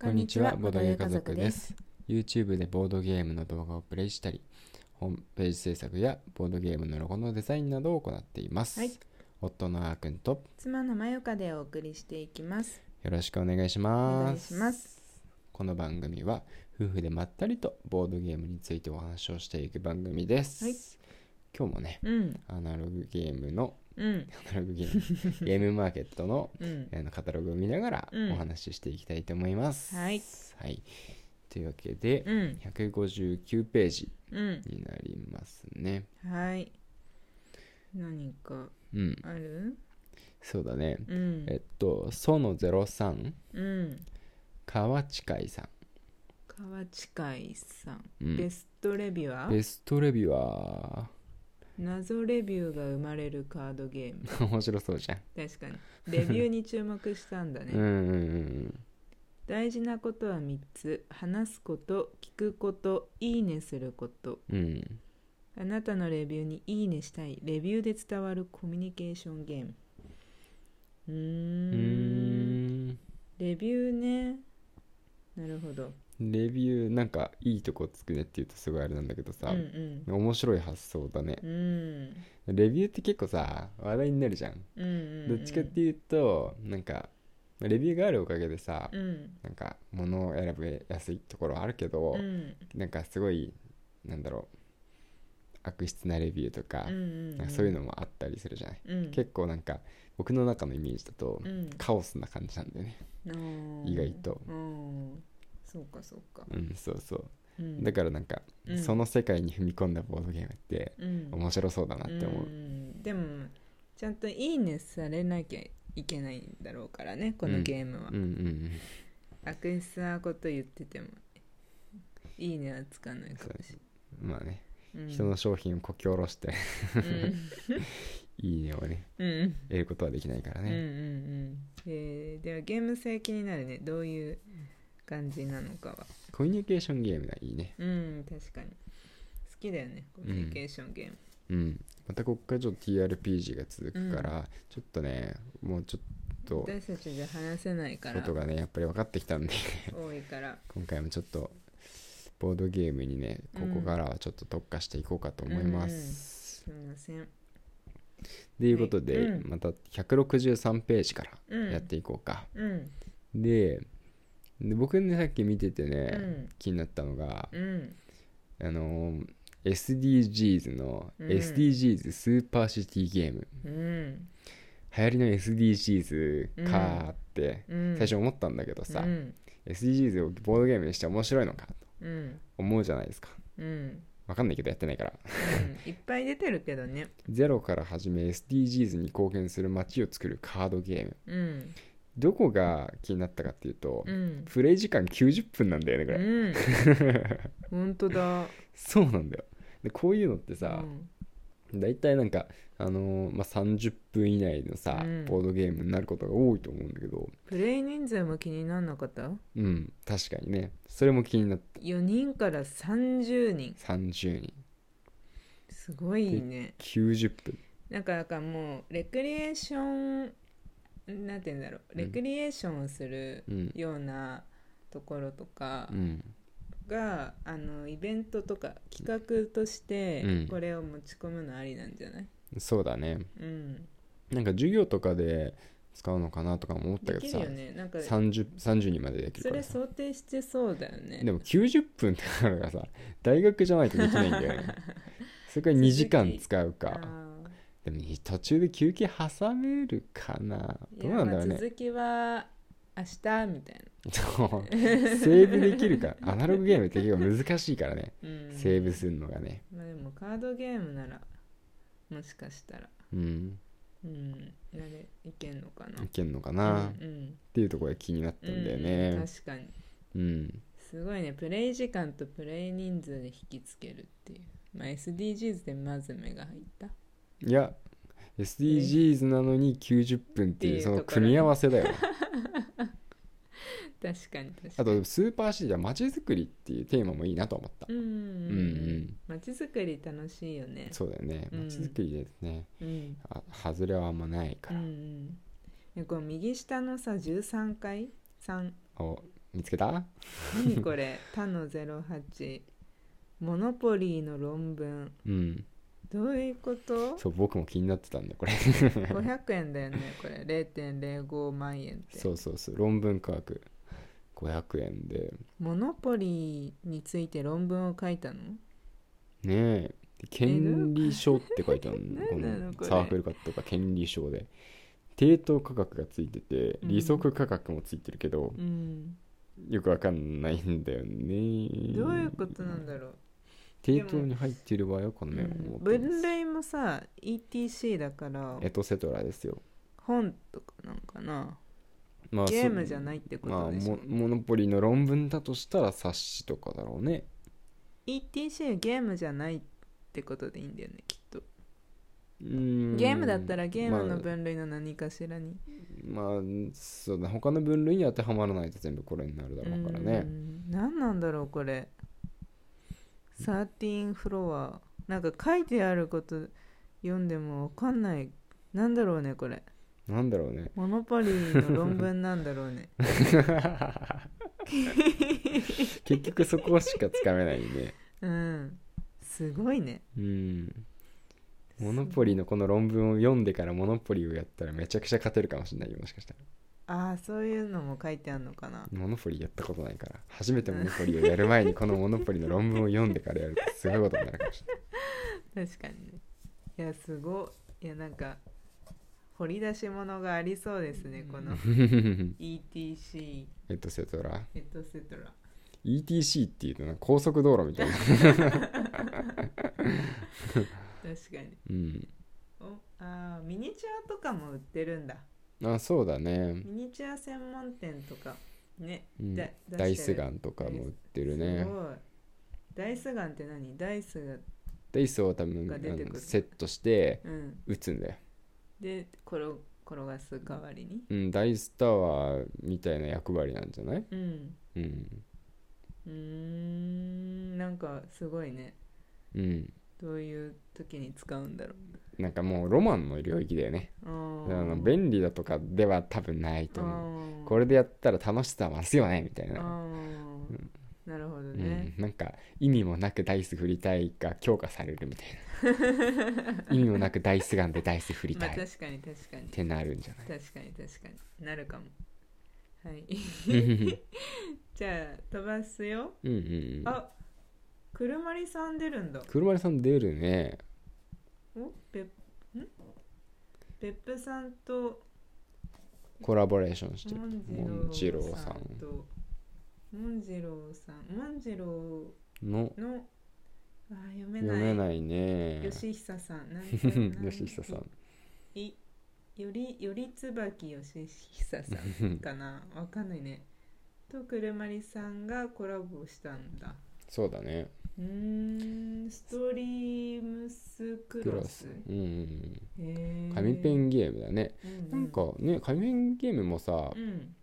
こんにちは、ボードゲー家族です。す。YouTube でボードゲームの動画をプレイしたり、ホームページ制作やボードゲームのロゴのデザインなどを行っています。はい夫のあーくんと妻のまよかでお送りしていきます。よろしくお願いしおます。願いします。この番組は夫婦でまったりとボードゲームについてお話をしていく番組です。はい今日もね、うん、アナログゲームの、うん、アナログゲー ム、ゲームマーケットのうん。あのカタログを見ながらうんお話ししていきたいと思います。はい。はい、というわけで、うん、 159ページうになりますね。ん。はい。何かうん、あるそうだね。うん、えっと、その03、うん。川近井さ川近井さん。ん。うん、ベストレビュアーベストレビュア謎レビューが生まれるカードゲーム。ー。 面白そうじゃん。確かに。レビューに注目したんだうんね。うんうん大事なことは3つ。話すこと、聞くこと、いいねすること。うん。うん。あなたのレビューにいいねしたいレビューで伝わるコミュニケーションゲームうーうんーん。レビューねなるほどレビュー、なんかいいとこつくねって言うとすごいあれなんだけどうさ、ん面白い発想だねうん。うんレビューって結構さ、話題になるじゃん。うんうんどっちかっていうと、なんか、レビューがあるおかげでさ、うんなんか物を選べやすいところはあるけど、うんなんかすごいなんだろう悪質なレビューとか,、うんなんかそういうののもあったりするじゃない、うん結構なんか僕の中のイメージだと、うんカオスな感じなんだよねあー意外とあーそうかそうかうんそうそう、うんだからなんか、うんその世界に踏み込んだボードゲームってうん面白そうだなって思う、んでもちゃんといいねされなきゃいけないんだろうからねこのゲームはうん、うんうん悪質なこと言っててもいいねはつかないかもしまあね、れない、うん、人の商品をこき下ろしてうんいいねを ねうん得ることはできないからうんうんうね、んえーではゲーム性気になるねどういう感じなのかはコミュニケーションゲームがいいねうん確かに好きだよねコミュニケーションゲームうんまたここからちょっと TRPG が続くから、ちょっとねもうちょっと私たちじゃ話せないかこらとがねやっぱり分かってきたんで 多いから今回もちょっとボードゲームにねここからはちょっと特化していこうかと思います。すみませんと、いうことで、はいうんまた163ページからうんやっていこうか。うんでで僕ねさっき見ててね、うん気になったのが、うんあのー SDGs の、うん SDGs スーパーシティゲームうん流行りの SDGs かーって、うん最初思ったんだけどさ、うん SDGs をボードゲームにして面白いのかとうん思うじゃないですか。うん、うん、わかんないけどやってないから。 いっぱい出てるけどねゼロから始め SDGs に貢献する街を作るカードゲーム。うんどこが気になったかっていうと、うんプレイ時間90分なんだよね、これ。 うん本当だそうなんだよ。で、こういうのってさう、ん大体なんか、あのーまあ、30分以内のさ、うんボードゲームになることが多いと思うんだけど、プレイ人数も気にならなかったうん、確かにね。それも気になって、 4人から30人30人、すごいね90分。なんかなんかもうレクリエーションなんて言うんだろううんレクリエーションをするうん。ようなところとかうん。が、あのイベントとか企画としてうんこれを持ち込むのありなんじゃない、そうだね。うん、なんか授業とかで使うのかなとかも思ったでけどきさ、るよねなんか 30, 30人までできるそかられさ想定してそうだよねでも90分ってなるからさ大学じゃないとできないんだ よねそれから2時間使うあかーでも途中で休憩挟めるかないどうやなんだろうまあね続きは明日みたいそうセーブできるかアナログゲームって結構難しいからねな、うん、セーブするのがねまあでもカードゲームならもしかしたらうんうんなれいけんのかないけんのかな、っうんていうところが気になったうんんだようんね確かにうんすごいねプレイ時間とプレイ人数で引きつけるっていう、まあ、SDGs でまず目が入ったいや SDGs なのに90分っていうその組み合わせだよ確かに確かあにとスーパーシティは街づくりっていうテーマもいいなと思った、うんうんうんうんまちづくり楽しいよねそうだよねうん街づくりですね、うんあ外れはあんまないかうんうら、んでこう右下のさ13階3お見つけた何これ「他の08」モノポリーの論文うんどういうことそう僕も気になってたんだこれ500円だよねこれ0.05万円って そうそうそう論文価格500円でモノポリーについて論文を書いたのねえで権利書って書いてある何なののここれのサークル価とか権利書で定当価格がついててうん利息価格もついてるけど、うんよくわかんないんだよねどういうことなんだろう、定当に入ってる場合はこのう面をん、持って分ます、類もさ ETC だからエトセトラですよ、本とかなんかなまあ、ゲームじゃいないってこまあとでしょ、モモノポリの論文だとしたら冊子とかだろうね ETC はゲームじゃないってことでいいんだよねきっとうーんゲームだったらゲームまのあ分類の何かしらに、まあそうだ他の分類に当てはまらないと全部これになるだろうからねうん何なんだろうこれ13フロアなんか書いてあること読んでも分かんないなんだろうねこれなんだろうねモノポリーの論文なんだろう ね結局そこしかつかめないね うんすごいねうんモノポリのこの論文を読んでからモノポリをやったらめちゃくちゃ勝てるかもしれないよもしかしたらああそういうのも書いてあるのかなモノポリやったことないから初めてモノポリをやる前にこのモノポリの論文を読んでからやるとすごいことになるかもしれない確かにねいやすごいいやなんか掘り出し物がありそうですねこの ETC えっとセトラエトセトラ ETC っていうとなんか高速道路みたいな確かにうんおあーミニチュアとかも売ってるんだあそうだね、ミニチュア専門店とかねうん、だダイスガンンとかも売ってるねすごいダイスガンって何ダイスがダイスを多分があ出てくるのセットしてうん打つんだよ、で転転がす代わりにうん、ダイスタワーみたいな役割なんじゃないうんうんうーんなんかすごいねうんどういう時に使うんだろうなんかもうロマンの領域だよねああーの便利だとかでは多分ないと思うあーこれでやったら楽しさ増すよねみたいあな、ーなるほどうねん、、なんか意味もなくダイス振りたいが強化されるみたい な意味もなくダイスガンでダイス振りまたあいっ確かに確かにてなるんじゃない確かに確かになるかもはい じゃあ飛ばすようんうんうんあ車りさん出るんだ車屋さん出るねおべん別府さんとコラボレーションしてるモモンンジジロローーささんんとモンジローさんモンジロのーのあー読めない読めないね吉久さんなんて うなんてん吉久さんいよりよりつばきよしひささんかなわかんないねとくるまりさんがコラボしたんだ そうだねうーんストリームスククロロススうんうんうん紙紙ペンゲームだねなんかね紙ペンゲームもさうん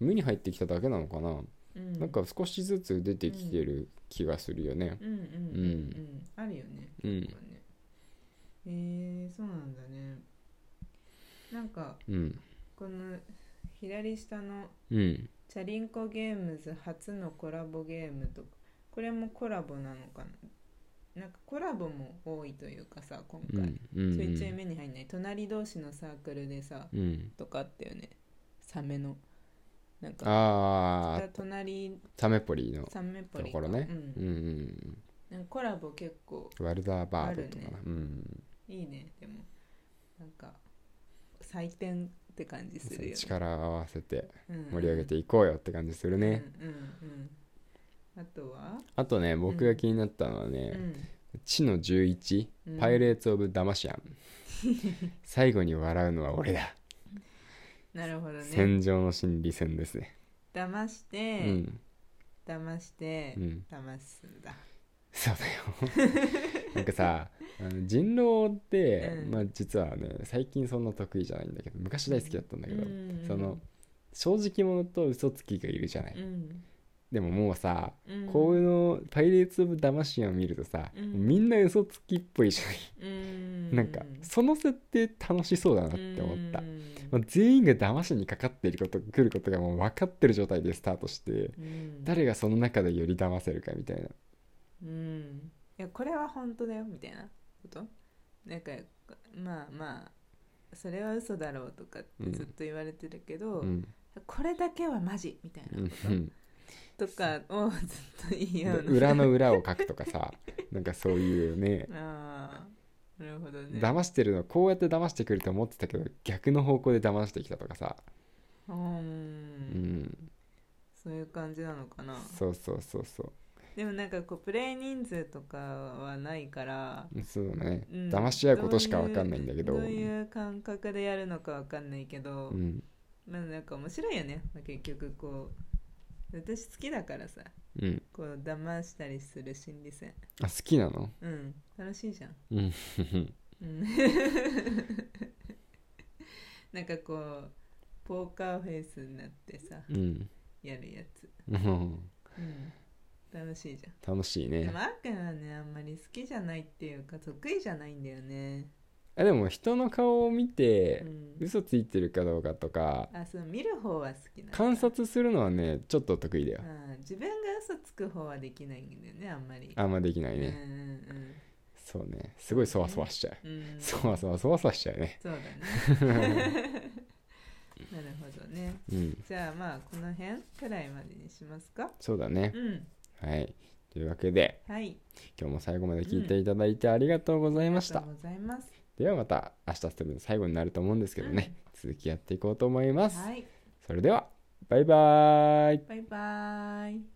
目に入ってきただけなのかなうんなんか少しずつ出てきてる気がするよねうんうんうんうんあるよねうんなんかねえー、そうなんだねなんかうんこの左下のうんチャリンコゲームズ初のコラボゲームとかこれもコラボなのかななんかコラボも多いというかさ今うんう回、んちょいちょい目に入んない隣同士のサークルでさうんとかあったよねサメのなんかああ隣サメポリのサメポとリころねう、うんんうんなんかコラボ結構ワルダーバードとかなあうんいいねでもなんか祭典って感じするよね力を合わせてうん盛り上げていこうよって感じするねうんうんうんあとは、あとね僕が気になったのはね地の11うんパイレーツ・オブ・ダ マシアン最後に笑うのは俺だなるほどね戦場の心理戦ですね騙しうて、ん騙して、うん騙すんだそうだ よなんかさあの人狼って、うんまあ実はね最近そんな得意じゃないんだけど昔大好きだったんだけど、うんその正直者と嘘つきがいるじゃない、うんでももうさ、うんこの「パイレーツ・オブ・ダマシアン」を見るとさ、うんみんな嘘つきっぽいじゃない、うんなんかその設定楽しそうだなって思った、うんまあ、全員が騙しにかかっていること来ることがもう分かってる状態でスタートしてうん誰がその中でより騙せるかみたいなうんいやこれは本当だよみたいなことなんかまあまあそれは嘘だろうとかってずっと言われてるけど、うんこれだけはマジみたいなうんこと、とかをずっと言い合うの裏の裏を書くとか さなんかそういうねああなるほどね騙してるのこうやって騙してくると思ってたけど逆の方向で騙してきたとかさううんんそういう感じなのかなそうそうそうそうでもなんかこうプレイ人数とかはないから、そうだね、うん騙し合うことしか分かんないんだけどどういう感覚でやるのかわかんないけど、うんまあなんか面白いよね、まあ、結局こう私好きだからさうんこう騙したりする心理戦あ好きなのうん楽しいじゃんうんうん なんかこうポーカーフェイスになってさうんやるやつ、うんうん、楽しいじゃん楽しいでねもあっくんはねあんまり好きじゃないっていうか得意じゃないんだよね、あでも人の顔を見てうん、嘘ついてるかどうかとかあそう見る方は好きなんだ観察するのはねちょっと得意だようん自分が嘘つく方はできないんだよねあんまりあんまできないねうんそうねすごいそわそわしちゃううんうん、うん、そわそわそわそわしちゃうねそうだ ねなるほどねうんじゃあまあこの辺くらいまでにしますかそうだねうんはいというわけではい今日も最後まで聞いていただいてありがとうございましあたりがとうございますではまた明日多分最後になると思うんですけどね続きやっていこうと思いますはいそれではバイバーイバイバーイ